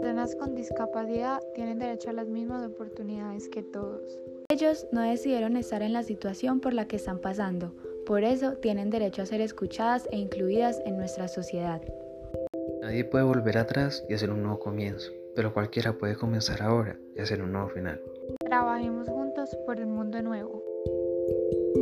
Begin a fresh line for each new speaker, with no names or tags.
personas con discapacidad tienen derecho a las mismas oportunidades que todos.
Ellos no decidieron estar en la situación por la que están pasando, por eso tienen derecho a ser escuchadas e incluidas en nuestra sociedad.
Nadie puede volver atrás y hacer un nuevo comienzo, pero cualquiera puede comenzar ahora y hacer un nuevo final.
Trabajemos juntos por el mundo nuevo.